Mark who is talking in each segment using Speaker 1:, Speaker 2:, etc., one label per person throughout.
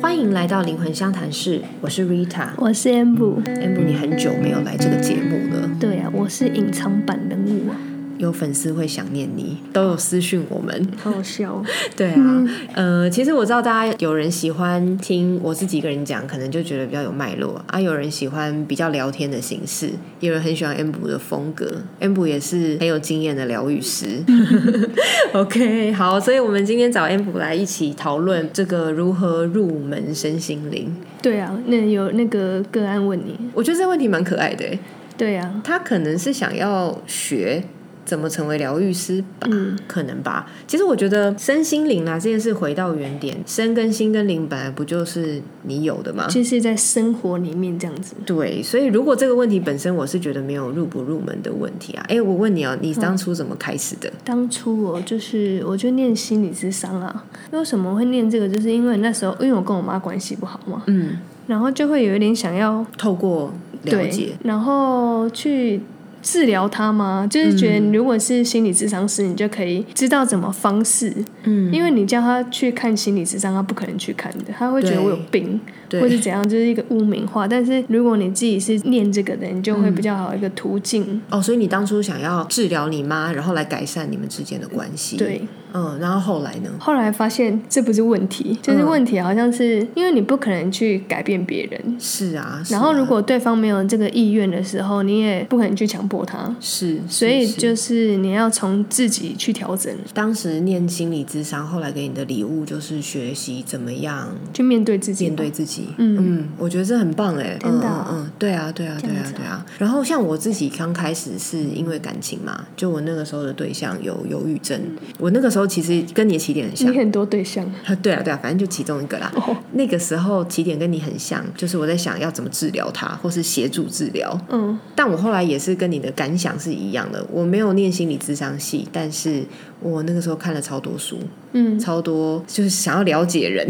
Speaker 1: 欢迎来到灵魂相谈室，我是 Rita。
Speaker 2: 我是 M，
Speaker 1: Amber，你很久没有来这个节目了，
Speaker 2: 对啊，我是隐藏版人物啊，
Speaker 1: 有粉丝会想念你，都有私讯我们。
Speaker 2: 好好笑、哦。
Speaker 1: 对啊，呃，其实我知道大家有人喜欢听我自己一个人讲，可能就觉得比较有脉络啊；有人喜欢比较聊天的形式，有人很喜欢 M 部的风格，M 部也是很有经验的疗愈 师。OK，好，所以我们今天找 M 部来一起讨论这个如何入门身心灵。
Speaker 2: 对啊，那有那个个案问你，
Speaker 1: 我觉得这个问题蛮可爱的欸，
Speaker 2: 对啊，
Speaker 1: 他可能是想要学。怎么成为疗愈师吧？
Speaker 2: 嗯
Speaker 1: 可能吧。其实我觉得身心灵啊这件事回到原点，身跟心跟灵本来不就是你有的吗？
Speaker 2: 就是在生活里面这样子，
Speaker 1: 对，所以如果这个问题本身，我是觉得没有入不入门的问题啊。哎，我问你哦，你当初怎么开始的？
Speaker 2: 当初我就是我就念心理智商啊，为什么会念这个？就是因为那时候因为我跟我妈关系不好嘛，
Speaker 1: 嗯，
Speaker 2: 然后就会有一点想要
Speaker 1: 透过了
Speaker 2: 对，
Speaker 1: 解，
Speaker 2: 然后去治疗它吗？就是觉
Speaker 1: 嗯
Speaker 2: 得如果是心理智商师，你就可以知道怎么方式，
Speaker 1: 嗯，
Speaker 2: 因为你叫他去看心理智商，他不可能去看的，他会觉得
Speaker 1: 对
Speaker 2: 我有病，
Speaker 1: 对
Speaker 2: 或是怎样，就是一个污名化。但是如果你自己是念这个的，你就
Speaker 1: 嗯
Speaker 2: 会比较好一个途径。
Speaker 1: 哦，所以你当初想要治疗你妈，然后来改善你们之间的关系。，
Speaker 2: 对，
Speaker 1: 嗯，然后后来呢？
Speaker 2: 后来发现这不是问题，就是
Speaker 1: 嗯
Speaker 2: 问题好像是、因为你不可能去改变别人，
Speaker 1: 是啊，是
Speaker 2: 然后
Speaker 1: 啊
Speaker 2: 如果对方没有这个意愿的时候，你也不可能去强迫他，
Speaker 1: 是，是
Speaker 2: 所以
Speaker 1: 是
Speaker 2: 就是你要从自己去调整，
Speaker 1: 当时念心理智商，后来给你的礼物就是学习怎么样
Speaker 2: 去面对自己吧，
Speaker 1: 面对自己。
Speaker 2: 嗯
Speaker 1: 我觉得这很棒哎，
Speaker 2: 真
Speaker 1: 嗯
Speaker 2: 的啊
Speaker 1: 嗯嗯，对啊，对啊，
Speaker 2: 这
Speaker 1: 对
Speaker 2: 样
Speaker 1: 啊
Speaker 2: 子啊，
Speaker 1: 对啊。然后像我自己刚开始是因为感情嘛，就我那个时候的对象有忧郁症，
Speaker 2: 嗯
Speaker 1: 我那个时候其实跟你的起点很像
Speaker 2: 你。很多对象，
Speaker 1: 对啊，对啊，反正就其中一个啦。
Speaker 2: 嗯哦
Speaker 1: 那个时候起点跟你很像，就是我在想要怎么治疗他，或是协助治疗。
Speaker 2: 嗯，
Speaker 1: 但我后来也是跟你的感想是一样的，我没有念心理智商系，但是我那个时候看了超多书，
Speaker 2: 嗯
Speaker 1: 超多就是想要了解人，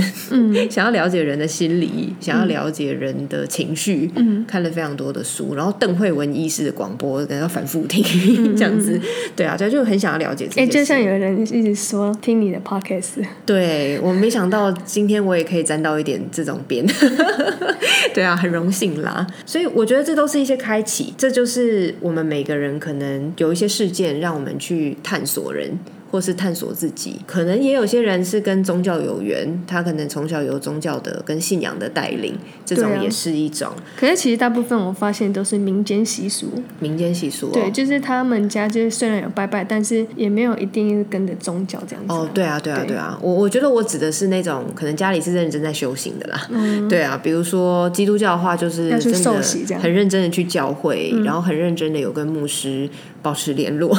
Speaker 2: 嗯
Speaker 1: 想要了解人的心理，想要了解人的情绪，
Speaker 2: 嗯，
Speaker 1: 看了非常多的书，然后邓慧文医师的广播，然后反复听、 这样子，对啊，对啊，就很想要了解这
Speaker 2: 嗯
Speaker 1: 件
Speaker 2: 哎、
Speaker 1: 事。
Speaker 2: 就像有人一直说听你的 podcast，
Speaker 1: 对我没想到今天我也可以沾到一点这种边， 对啊，很荣幸啦。所以我觉得这都是一些开启，这就是我们每个人可能有一些事件让我们去探索人。或是探索自己，可能也有些人是跟宗教有缘，他可能从小有宗教的跟信仰的带领，这
Speaker 2: 对
Speaker 1: 种
Speaker 2: 啊
Speaker 1: 也是一种
Speaker 2: 可是其实大部分我发现都是民间习俗，
Speaker 1: 民间习俗、哦。
Speaker 2: 对，就是他们家就是虽然有拜拜，但是也没有一定跟着宗教这样子。
Speaker 1: 哦，对啊，对啊，
Speaker 2: 对
Speaker 1: 对啊，我我觉得我指的是那种可能家里是认真在修行的啦，对啊，比如说基督教的话，就是
Speaker 2: 嗯要去
Speaker 1: 真的
Speaker 2: 受洗这样
Speaker 1: 很认真的去教会，
Speaker 2: 嗯
Speaker 1: 然后很认真的有跟牧师保持联络，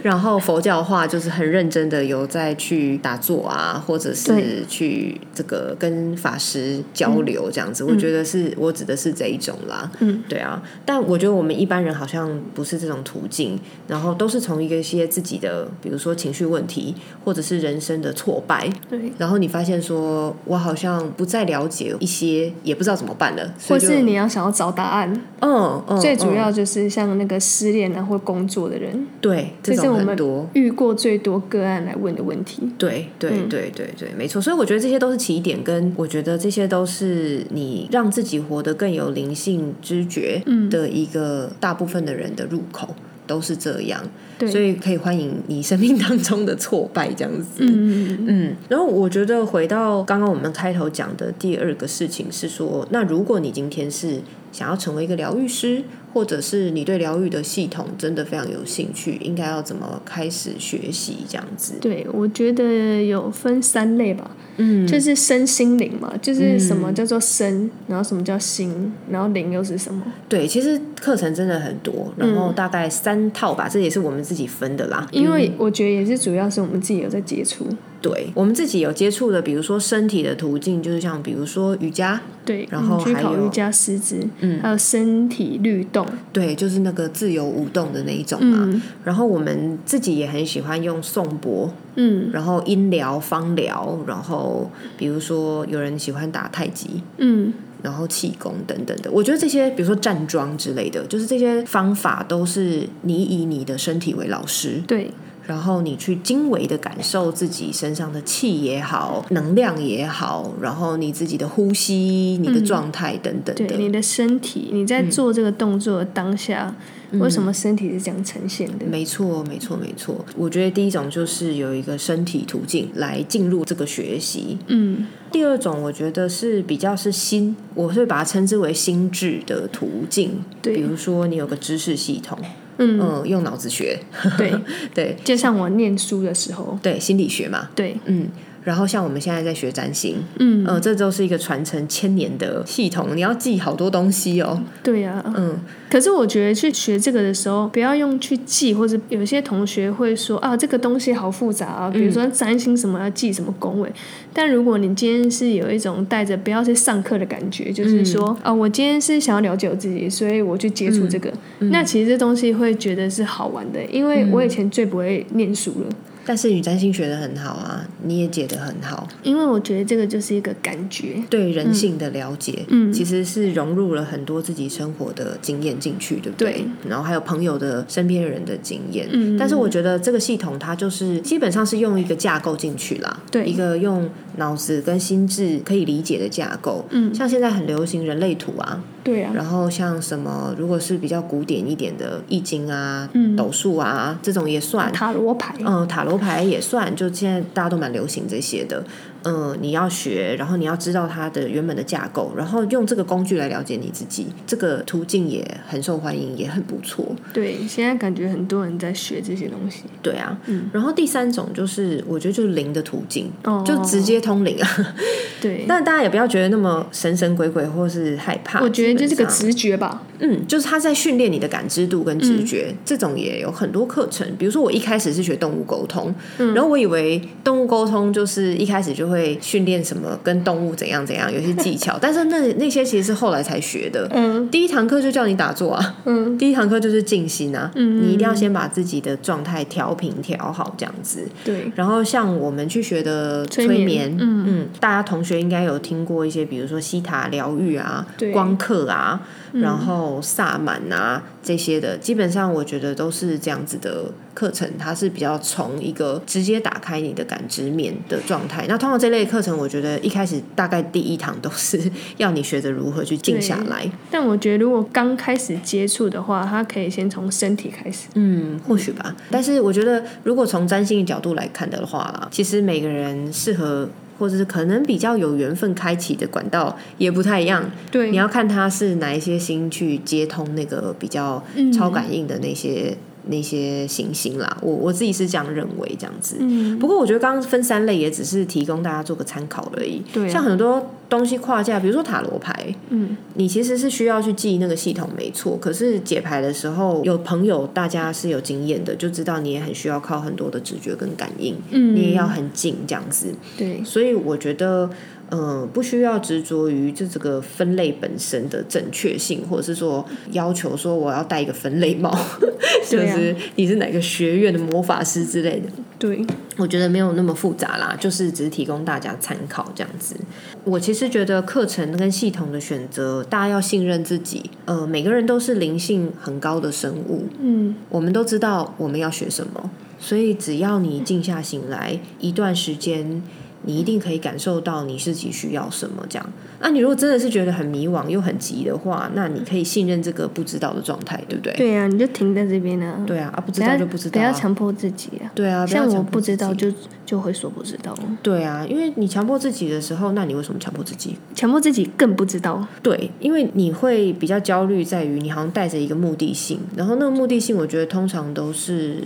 Speaker 1: 然后佛教的话就是很认真的有在去打坐啊，或者是
Speaker 2: 对
Speaker 1: 去这个跟法师交流这样子，我觉得是我指的是这一种啦，
Speaker 2: 嗯，
Speaker 1: 对啊，但我觉得我们一般人好像不是这种途径，然后都是从一个一些自己的，比如说情绪问题，或者是人生的挫败，
Speaker 2: 对，
Speaker 1: 然后你发现说，我好像不再了解一些，也不知道怎么办了，所
Speaker 2: 或
Speaker 1: 以就是
Speaker 2: 你要想要找答案，
Speaker 1: 嗯嗯，
Speaker 2: 最主
Speaker 1: 嗯
Speaker 2: 要就是像那个失恋啊或工作的人，
Speaker 1: 对嗯这
Speaker 2: 是
Speaker 1: 种
Speaker 2: 我
Speaker 1: 很
Speaker 2: 们
Speaker 1: 多。
Speaker 2: 遇过最多个案来问的问题。
Speaker 1: 对对
Speaker 2: 嗯
Speaker 1: 对对对，没错。所以我觉得这些都是起点，跟我觉得这些都是你让自己活得更有灵性知觉
Speaker 2: 嗯
Speaker 1: 的一个大部分的人的入口。都是这样，
Speaker 2: 对
Speaker 1: 所以可以欢迎你生命当中的挫败这样子。
Speaker 2: 嗯，
Speaker 1: 嗯，然后我觉得回到刚刚我们开头讲的第二个事情是说，那如果你今天是想要成为一个疗愈师，或者是你对疗愈的系统真的非常有兴趣，应该要怎么开始学习这样子？
Speaker 2: 对，我觉得有分三类吧。
Speaker 1: 嗯，
Speaker 2: 就是身心灵嘛，就是什么叫做身，然后什么叫心，然后灵又是什么？
Speaker 1: 对，其实课程真的很多，然后大概三套吧，这也是我们自己分的啦。
Speaker 2: 因为我觉得也是主要是我们自己有在接触，
Speaker 1: 对我们自己有接触的，比如说身体的途径，就是像比如说瑜伽，
Speaker 2: 对，
Speaker 1: 然后
Speaker 2: 嗯去
Speaker 1: 还
Speaker 2: 考
Speaker 1: 有嗯
Speaker 2: 瑜伽师资，还有身体律动，
Speaker 1: 对，就是那个自由舞动的那一种嘛。
Speaker 2: 嗯
Speaker 1: 然后我们自己也很喜欢用颂钵，
Speaker 2: 嗯
Speaker 1: 然后音疗、芳疗，然后比如说有人喜欢打太极，
Speaker 2: 嗯，
Speaker 1: 然后气功等等的。我觉得这些，比如说站桩之类的，就是这些方法都是你以你的身体为老师，
Speaker 2: 对，
Speaker 1: 然后你去精微的感受自己身上的气也好，能量也好，然后你自己的呼吸、你的状态等等
Speaker 2: 嗯对
Speaker 1: 的。
Speaker 2: 你的身体，你在做这个动作的当下，为什么身体是这样呈现的？
Speaker 1: 没错，没错，没错。我觉得第一种就是有一个身体途径来进入这个学习，
Speaker 2: 嗯，
Speaker 1: 第二种我觉得是比较是心，我会把它称之为心智的途径。
Speaker 2: 对
Speaker 1: 比如说你有个知识系统，
Speaker 2: 嗯
Speaker 1: 嗯，用脑子学，
Speaker 2: 对，
Speaker 1: 对
Speaker 2: 就像我念书的时候，
Speaker 1: 对，心理学嘛，
Speaker 2: 对，
Speaker 1: 嗯。然后像我们现在在学占星，
Speaker 2: 嗯，
Speaker 1: 呃，这都是一个传承千年的系统，你要记好多东西哦。
Speaker 2: 对呀、啊。
Speaker 1: 嗯，
Speaker 2: 可是我觉得去学这个的时候，不要用去记，或者有些同学会说啊，这个东西好复杂啊，比如说占星什么要记什么宫位。但如果你今天是有一种带着不要去上课的感觉，就是说、啊，我今天是想要了解我自己，所以我去接触这个，那其实这东西会觉得是好玩的，因为我以前最不会念书了。
Speaker 1: 但是你占星学的很好啊，你也解得很好，
Speaker 2: 因为我觉得这个就是一个感觉，
Speaker 1: 对人性的了解，
Speaker 2: 嗯
Speaker 1: 其实是融入了很多自己生活的经验进去，对不对？
Speaker 2: 对
Speaker 1: 然后还有朋友的身边人的经验，
Speaker 2: 嗯
Speaker 1: 但是我觉得这个系统它就是基本上是用一个架构进去啦，
Speaker 2: 对
Speaker 1: 一个用脑子跟心智可以理解的架构，
Speaker 2: 嗯
Speaker 1: 像现在很流行人类图啊，
Speaker 2: 对啊，
Speaker 1: 然后像什么如果是比较古典一点的易经啊、
Speaker 2: 嗯
Speaker 1: 斗数啊这种也算，
Speaker 2: 塔罗牌，
Speaker 1: 嗯，塔罗牌也算，就现在大家都蛮流行这些的。嗯，你要学，然后你要知道它的原本的架构，然后用这个工具来了解你自己，这个途径也很受欢迎，也很不错。
Speaker 2: 对，现在感觉很多人在学这些东西，
Speaker 1: 对啊，然后第三种就是我觉得就是灵的途径，
Speaker 2: 嗯哦
Speaker 1: 就直接通灵啊。
Speaker 2: 对，
Speaker 1: 但大家也不要觉得那么神神鬼鬼或是害怕。
Speaker 2: 我觉得就是
Speaker 1: 基
Speaker 2: 个
Speaker 1: 本上
Speaker 2: 直觉吧，
Speaker 1: 嗯，就是他在训练你的感知度跟直觉，
Speaker 2: 嗯
Speaker 1: 这种也有很多课程。比如说，我一开始是学动物沟通，
Speaker 2: 嗯
Speaker 1: 然后我以为动物沟通就是一开始就会训练什么跟动物怎样怎样，有一些技 巧，但是那那些其实是后来才学的。
Speaker 2: 嗯
Speaker 1: 第一堂课就叫你打坐啊，
Speaker 2: 嗯，
Speaker 1: 第一堂课就是静心啊，你一定要先把自己的状态调平调好，这样子。
Speaker 2: 对，
Speaker 1: 然后像我们去学的催
Speaker 2: 催
Speaker 1: 眠，
Speaker 2: 眠
Speaker 1: 嗯大家同学应该有听过一些，比如说西塔疗愈啊
Speaker 2: 对、
Speaker 1: 光刻啊，然后萨满啊这些的，基本上我觉得都是这样子的课程，它是比较从一个直接打开你的感知面的状态。那通常这类课程，我觉得一开始大概第一堂都是 要你学着如何去静下来，
Speaker 2: 但我觉得如果刚开始接触的话，他可以先从身体开始，
Speaker 1: 嗯，或许吧。但是我觉得，如果从占星的角度来看的话啦，其实每个人适合。或者是可能比较有缘分开启的管道也不太一样，
Speaker 2: 对
Speaker 1: 你要看他是哪一些星去接通那个比较
Speaker 2: 嗯
Speaker 1: 超感应的那些、那些行星啦。我我自己是这样认为，这样子。
Speaker 2: 嗯，
Speaker 1: 不过我觉得刚刚分三类也只是提供大家做个参考而已。
Speaker 2: 对啊
Speaker 1: 像很多东西跨价，比如说塔罗牌，
Speaker 2: 嗯，
Speaker 1: 你其实是需要去记那个系统没错，可是解牌的时候，有朋友大家是有经验的，就知道你也很需要靠很多的直觉跟感应，
Speaker 2: 嗯
Speaker 1: 你也要很近这样子。
Speaker 2: 对，
Speaker 1: 所以我觉得，呃，不需要执着于这这个分类本身的正确性，或者是说要求说我要戴一个分类帽， 就
Speaker 2: 对啊
Speaker 1: 是你是哪个学院的魔法师之类的。
Speaker 2: 对，
Speaker 1: 我觉得没有那么复杂啦，就是只是提供大家参考这样子。我其实觉得课程跟系统的选择，大家要信任自己。呃，每个人都是灵性很高的生物，
Speaker 2: 嗯，
Speaker 1: 我们都知道我们要学什么，所以只要你静下心来一段时间，你一定可以感受到你自己需要什么。这样，那、你如果真的是觉得很迷惘又很急的话，那你可以信任这个不知道的状态，对不对？
Speaker 2: 对啊，你就停在这边啊，
Speaker 1: 对啊，啊不知
Speaker 2: 不要
Speaker 1: 道就不知
Speaker 2: 不
Speaker 1: 道、
Speaker 2: 要
Speaker 1: 啊。
Speaker 2: 强迫自己啊，
Speaker 1: 对啊，不要
Speaker 2: 像我
Speaker 1: 强迫
Speaker 2: 不知
Speaker 1: 自
Speaker 2: 道
Speaker 1: 己
Speaker 2: 就就会说不知道，
Speaker 1: 对啊，因为你强迫自己的时候，那你为什么强迫自己？
Speaker 2: 强迫自己更不知道，
Speaker 1: 对，因为你会比较焦虑，在于你好像带着一个目的性，然后那个目的性，我觉得通常都是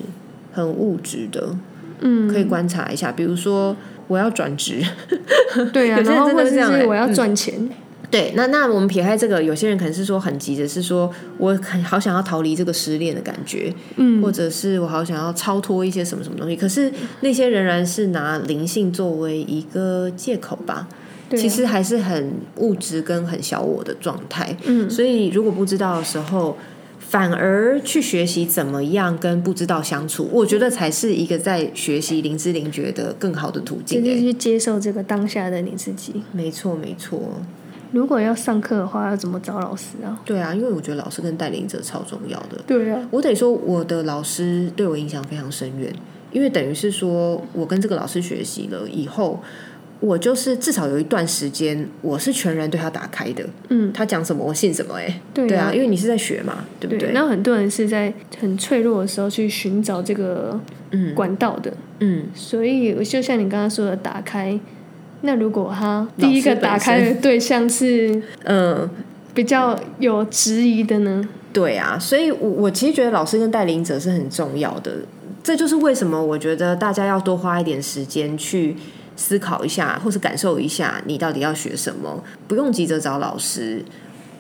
Speaker 1: 很物质的，
Speaker 2: 嗯，
Speaker 1: 可以观察一下，比如说。我要转职，
Speaker 2: 对啊，
Speaker 1: 有些人
Speaker 2: 然后
Speaker 1: 真的
Speaker 2: 或者
Speaker 1: 是这样
Speaker 2: 是
Speaker 1: 欸
Speaker 2: 我要赚钱，
Speaker 1: 对，那那我们撇开这个，有些人可能是说很急的，是说我很好想要逃离这个失恋的感觉，
Speaker 2: 嗯，
Speaker 1: 或者是我好想要超脱一些什么什么东西，可是那些仍然是拿灵性作为一个借口吧，
Speaker 2: 对啊
Speaker 1: 其实还是很物质跟很小我的状态。
Speaker 2: 嗯
Speaker 1: 所以如果不知道的时候，反而去学习怎么样跟不知道相处，我觉得才是一个在学习灵知灵觉的更好的途
Speaker 2: 就
Speaker 1: 径、
Speaker 2: 是
Speaker 1: 欸。
Speaker 2: 去接受这个当下的你自己。
Speaker 1: 没错，没错，
Speaker 2: 如果要上课的话，要怎么找老师啊？
Speaker 1: 对啊，因为我觉得老师跟带领者超重要的。
Speaker 2: 对啊，
Speaker 1: 我得说，我的老师对我影响非常深远，因因为等于是说我跟这个老师学习了以后。我就是至少有一段时间，我是全然对他打开的。
Speaker 2: 嗯，
Speaker 1: 他讲什么我信什么、欸，哎，
Speaker 2: 对
Speaker 1: 对
Speaker 2: 啊
Speaker 1: 啊，因为你是在学嘛，对不
Speaker 2: 对，那很多人是在很脆弱的时候去寻找这个
Speaker 1: 嗯
Speaker 2: 管道的，
Speaker 1: 嗯，
Speaker 2: 所以就像你刚刚说的，打开。那如果他第
Speaker 1: 老
Speaker 2: 一个
Speaker 1: 师本
Speaker 2: 打开的对象是
Speaker 1: 嗯，
Speaker 2: 比较有质疑的呢？
Speaker 1: 对啊，所以我我其实觉得老师跟带领者是很重要的，这就是为什么我觉得大家要多花一点时间去思考一下，或是感受一下你到底要学什么，不用急着找老师，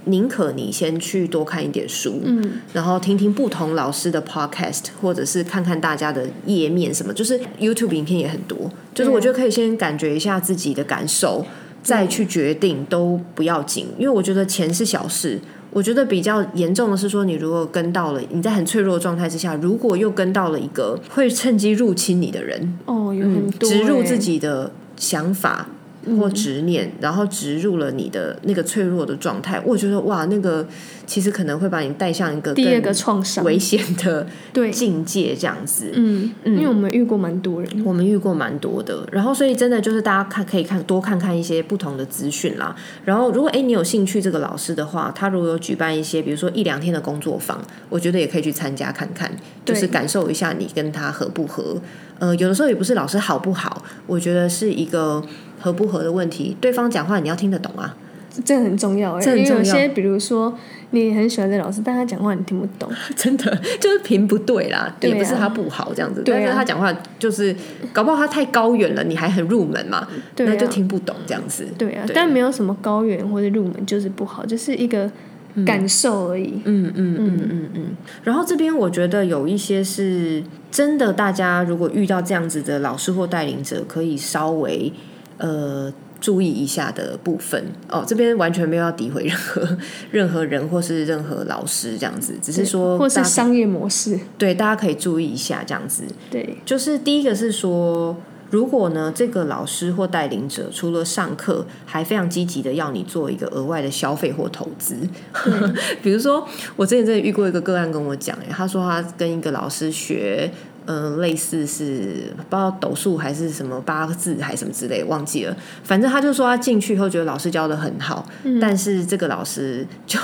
Speaker 1: 宁可你先去多看一点书，
Speaker 2: 嗯，
Speaker 1: 然后听听不同老师的 podcast，或者是看看大家的页面什么，就是 YouTube 影片也很多，
Speaker 2: 嗯
Speaker 1: 就是我觉得可以先感觉一下自己的感受，再去决定都不要紧，因为我觉得钱是小事。我觉得比较严重的是说，你如果跟到了你在很脆弱的状态之下，如果又跟到了一个会趁机入侵你的人，
Speaker 2: 哦，有很
Speaker 1: 嗯
Speaker 2: 多、
Speaker 1: 植入自
Speaker 2: 欸
Speaker 1: 己的想法或执
Speaker 2: 嗯
Speaker 1: 念，然后植入了你的那个脆弱的状态，我觉得哇，那个其实可能会把你带向一个
Speaker 2: 第二个
Speaker 1: 更
Speaker 2: 创伤，
Speaker 1: 危险的
Speaker 2: 对，
Speaker 1: 境界这样子。
Speaker 2: 嗯，因为我们遇过蛮多人，
Speaker 1: 我们遇过蛮多的，然后所以真的就是大家看可以看多看看一些不同的资讯啦。然后如果诶哎你有兴趣这个老师的话，他如果有举办一些比如说一两天的工作坊，我觉得也可以去参加看看，就
Speaker 2: 对
Speaker 1: 是感受一下你跟他合不合。呃，有的时候也不是老师好不呃好，我觉得是一个合不合的问题。对方讲话你要听得懂啊，
Speaker 2: 这很重要、欸，
Speaker 1: 这很
Speaker 2: 因为有
Speaker 1: 重要
Speaker 2: 些比如说你很喜欢的老师，但他讲话你听不懂，
Speaker 1: 真的 就是评不对啦，
Speaker 2: 对啊
Speaker 1: 也不是他不好这样子，
Speaker 2: 对啊
Speaker 1: 但是他讲话就是搞不好他太高远了，你还很入门嘛，
Speaker 2: 对啊
Speaker 1: 那就听不懂这样子。
Speaker 2: 对啊，
Speaker 1: 对
Speaker 2: 但没有什么高原或者入门就是不好，就是一个感受而已。
Speaker 1: 嗯嗯嗯嗯嗯。然后这边我觉得有一些是真的，大家如果遇到这样子的老师或带领者，可以稍微呃。注意一下的部分哦，这边完全没有要诋毁任何 任何人或是任何老师这样子，只是说
Speaker 2: 或是
Speaker 1: 大家
Speaker 2: 商业模式，
Speaker 1: 对大家可以注意一下这样子。
Speaker 2: 对，
Speaker 1: 就是第一个是说，如果呢这个老师或带领者除了上课，还非常积极的要你做一个额外的消费或投资， 比如说我之前真的遇过一个个案跟我讲，欸他说他跟一个老师学。嗯，类似是不知道斗数还是什么八字还是什么之类，忘记了。反正他就说他进去以后觉得老师教的很好，但是这个老师就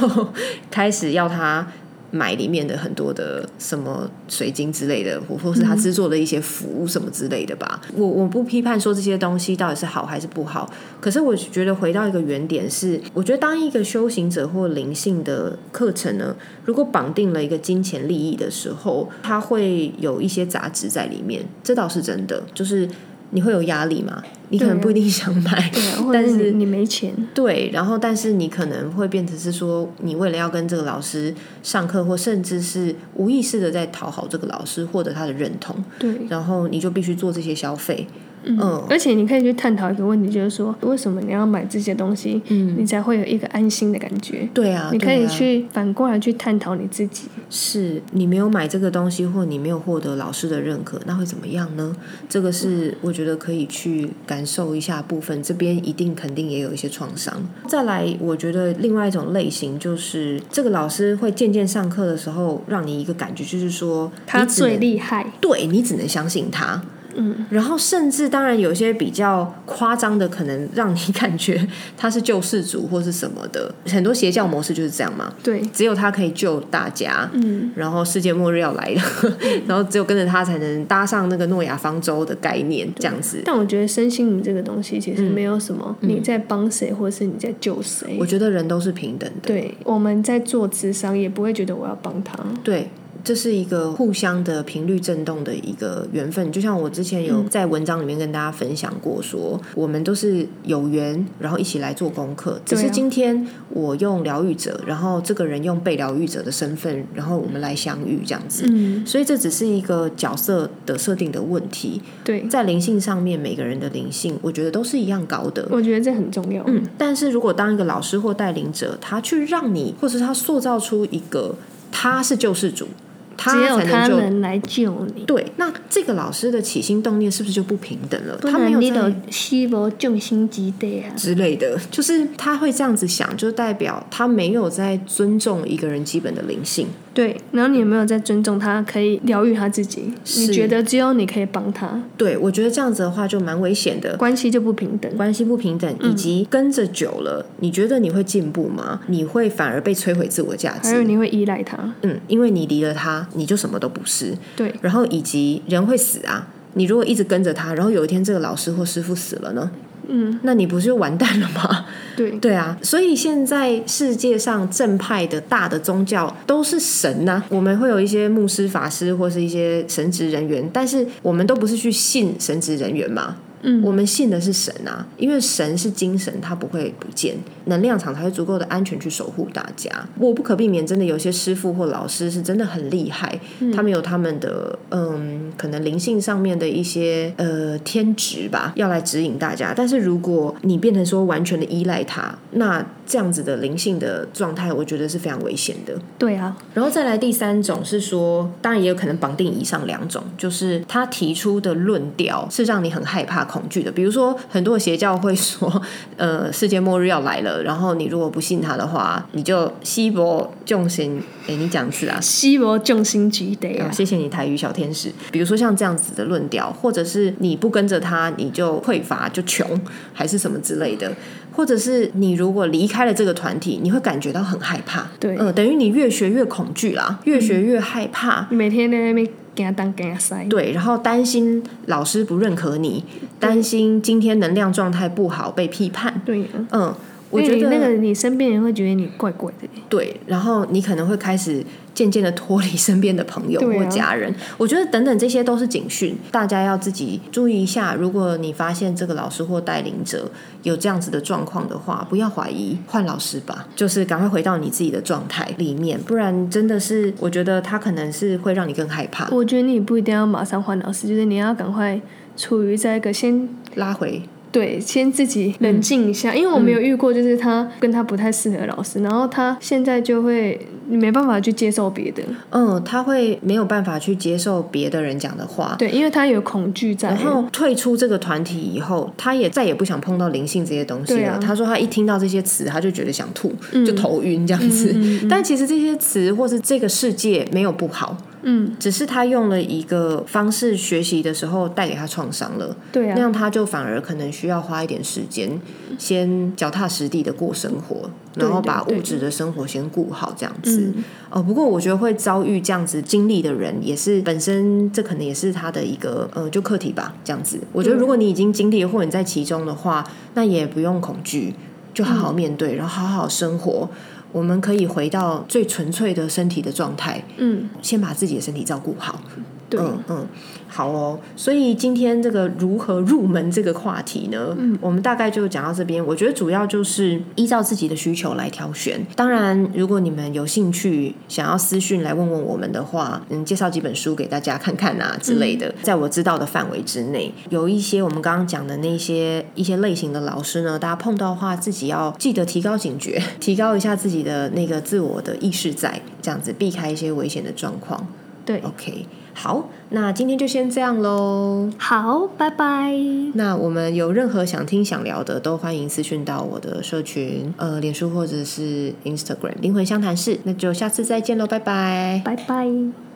Speaker 1: 开始要他买里面的很多的什么水晶之类的，或或是
Speaker 2: 嗯
Speaker 1: 他制作的一些服务什么之类的吧。我我不批判说这些东西到底是好还是不好，可是我觉得回到一个原点是，我觉得当一个修行者或灵性的课程呢，如果绑定了一个金钱利益的时候，它会有一些杂质在里面，这倒是真的，就是。你会有压力嘛？你可能
Speaker 2: 对啊
Speaker 1: 不一定想买，
Speaker 2: 对啊，或者
Speaker 1: 但
Speaker 2: 是
Speaker 1: 是
Speaker 2: 你你没钱，
Speaker 1: 对，然后但是你可能会变成是说，你为了要跟这个老师上课，或甚至是无意识的在讨好这个老师，获得他的认同，
Speaker 2: 对，
Speaker 1: 然后你就必须做这些消费。
Speaker 2: 嗯
Speaker 1: 嗯，
Speaker 2: 而且你可以去探讨一个问题，就是说为什么你要买这些东西，
Speaker 1: 嗯
Speaker 2: 你才会有一个安心的感觉。
Speaker 1: 对啊，
Speaker 2: 你可
Speaker 1: 对
Speaker 2: 以
Speaker 1: 啊
Speaker 2: 去反过来去探讨你自己，
Speaker 1: 是你没有买这个东西，或你没有获得老师的认可，那会怎么样呢？这个是我觉得可以去感受一下部分，这边一定肯定也有一些创伤。再来，我觉得另外一种类型就是这个老师会渐渐上课的时候，让你一个感觉就是说，
Speaker 2: 他
Speaker 1: 你只能
Speaker 2: 最厉害。
Speaker 1: 对你只能相信他。
Speaker 2: 嗯，
Speaker 1: 然后甚至当然有一些比较夸张的，可能让你感觉他是救世主或是什么的。很多邪教模式就是这样嘛，
Speaker 2: 对，
Speaker 1: 只有他可以救大家。
Speaker 2: 嗯，
Speaker 1: 然后世界末日要来了， 然后只有跟着他才能搭上那个诺亚方舟的概念，这样子。
Speaker 2: 但我觉得身心灵这个东西其实没有什么你在帮谁，或是你在救谁
Speaker 1: 嗯我。觉得人都是平等的，
Speaker 2: 对，我们在做智商也不会觉得我要帮他。
Speaker 1: 对，这是一个互相的频率震动的一个缘分。就像我之前
Speaker 2: 嗯
Speaker 1: 有在文章里面跟大家分享过说我们都是有缘，然后一起来做功课。只
Speaker 2: 对
Speaker 1: 是
Speaker 2: 啊
Speaker 1: 今天我用疗愈者，然后这个人用被疗愈者的身份，然后我们来相遇这样子。
Speaker 2: 嗯，
Speaker 1: 所以这只是一个角色的设定的问题，
Speaker 2: 对，
Speaker 1: 在灵性上面，每个人的灵性，我觉得都是一样高的。
Speaker 2: 我觉得这很重要。嗯，
Speaker 1: 但是如果当一个老师或带领者，他去让你，或者是他塑造出一个他是救世主，他
Speaker 2: 只有
Speaker 1: 才
Speaker 2: 他
Speaker 1: 能救。
Speaker 2: 能来救你，
Speaker 1: 对，那这个老师的起心动念是不是就不平等了？
Speaker 2: 不
Speaker 1: 他没
Speaker 2: 然
Speaker 1: 有
Speaker 2: 你
Speaker 1: 在
Speaker 2: 都西无重心之地啊。
Speaker 1: 之类的，就是他会这样子想，就代表他没有在尊重一个人基本的灵性。
Speaker 2: 对，然后你有没有在尊重他，可以疗愈他自己？
Speaker 1: 是
Speaker 2: 你觉得只有你可以帮他，
Speaker 1: 对，我觉得这样子的话就蛮危险的。
Speaker 2: 关系就不平等。
Speaker 1: 关系不平等，以
Speaker 2: 嗯
Speaker 1: 及跟着久了，你觉得你会进步吗？你会反而被摧毁自我价
Speaker 2: 还有
Speaker 1: 值。
Speaker 2: 你会依赖他，
Speaker 1: 嗯，因为你离了他，你就什么都不是。
Speaker 2: 对，
Speaker 1: 然后以及人会死啊，你如果一直跟着他，然后有一天这个老师或师傅死了呢，
Speaker 2: 嗯，
Speaker 1: 那你不是就完蛋了吗？
Speaker 2: 对，
Speaker 1: 对啊，所以现在世界上正派的大的宗教都是神呐、我们会有一些牧师、法师或是一些神职人员，但是我们都不是去信神职人员嘛。
Speaker 2: 嗯
Speaker 1: 我们信的是神啊，因为神是精神，它不会不见，能量场才会足够的安全去守护大家。我不可避免，真的有些师傅或老师是真的很厉害，他们有他们的嗯，可能灵性上面的一些呃天职吧，要来指引大家。但是如果你变成说完全的依赖它，那这样子的灵性的状态，我觉得是非常危险的。
Speaker 2: 对啊，
Speaker 1: 然后再来第三种是说，当然也有可能绑定以上两种，就是他提出的论调是让你很害怕、恐惧的。比如说，很多的邪教会说，呃，世界末日要来了，然后你如果不信他的话，你就西伯重心。哎，你讲一次啊？
Speaker 2: 西伯重心极得啊
Speaker 1: 好，谢谢你台语小天使。比如说像这样子的论调，或者是你不跟着他，你就匮乏、就穷，还是什么之类的，或者是你如果离开了这个团体，你会感觉到很害怕。
Speaker 2: 对
Speaker 1: 呃，等于你越学越恐惧啦，越学越害怕。
Speaker 2: 你每天在那边给他当给他塞，
Speaker 1: 对，然后担心老师不认可你，担心今天能量状态不好被批判。
Speaker 2: 对啊，
Speaker 1: 嗯，我觉
Speaker 2: 因
Speaker 1: 得
Speaker 2: 为你那个你身边人会觉得你怪怪的，
Speaker 1: 对，然后你可能会开始渐渐的脱离身边的朋友
Speaker 2: 对
Speaker 1: 或
Speaker 2: 啊
Speaker 1: 家人。我觉得等等这些都是警讯，大家要自己注意一下。如果你发现这个老师或带领者有这样子的状况的话，不要怀疑，换老师吧，就是赶快回到你自己的状态里面，不然真的是我觉得他可能是会让你更害怕，
Speaker 2: 我觉得你也不一定要马上换老师，就是你要赶快处于在一个先
Speaker 1: 拉回。
Speaker 2: 对，先自己冷静一下，
Speaker 1: 嗯
Speaker 2: 因为我没有遇过，就是他跟他不太适合的老师，然后他现在就会没办法去接受别的，
Speaker 1: 嗯，他会没有办法去接受别的人讲的话，
Speaker 2: 对，因为他有恐惧在
Speaker 1: 然，后退出这个团体以后，他也再也不想碰到灵性这些东西
Speaker 2: 对
Speaker 1: 了。
Speaker 2: 啊嗯
Speaker 1: 他说他一听到这些词，他就觉得想吐，就头晕这样子。但其实这些词或是这个世界没有不好，
Speaker 2: 嗯，
Speaker 1: 只是他用了一个方式学习的时候带给他创伤了，
Speaker 2: 对
Speaker 1: 那
Speaker 2: 啊，
Speaker 1: 样他就反而可能需要花一点时间，先脚踏实地的过生活，
Speaker 2: 对
Speaker 1: 然后把
Speaker 2: 对
Speaker 1: 物
Speaker 2: 对
Speaker 1: 质的生活先顾好这样子。
Speaker 2: 嗯，
Speaker 1: 哦，不过我觉得会遭遇这样子经历的人，也是本身这可能也是他的一个呃，就课题吧，这样子。我觉得如果你已经经历或者你在其中的话，那也不用恐惧，就好好面对，然后好好生活。我们可以回到最纯粹的身体的状态，
Speaker 2: 嗯，
Speaker 1: 先把自己的身体照顾好。
Speaker 2: 对，
Speaker 1: 嗯嗯，好哦。所以今天这个如何入门这个话题呢，嗯，我们大概就讲到这边。我觉得主要就是依照自己的需求来挑选。当然，如果你们有兴趣想要私讯来问问我们的话，嗯，介绍几本书给大家看看啊之类的，在我知道的范围之内，有一些我们刚刚讲的那些一些类型的老师呢，大家碰到的话，自己要记得提高警觉， 提高一下自己的那个自我的意识在，这样子避开一些危险的状况。
Speaker 2: 对，
Speaker 1: OK，好，那今天就先这样喽。
Speaker 2: 好，拜拜，
Speaker 1: 那我们有任何想听、想聊的，都欢迎私讯到我的社群，呃，脸书或者是 Instagram 灵魂相谈室。那就下次再见喽，拜拜。
Speaker 2: 拜拜。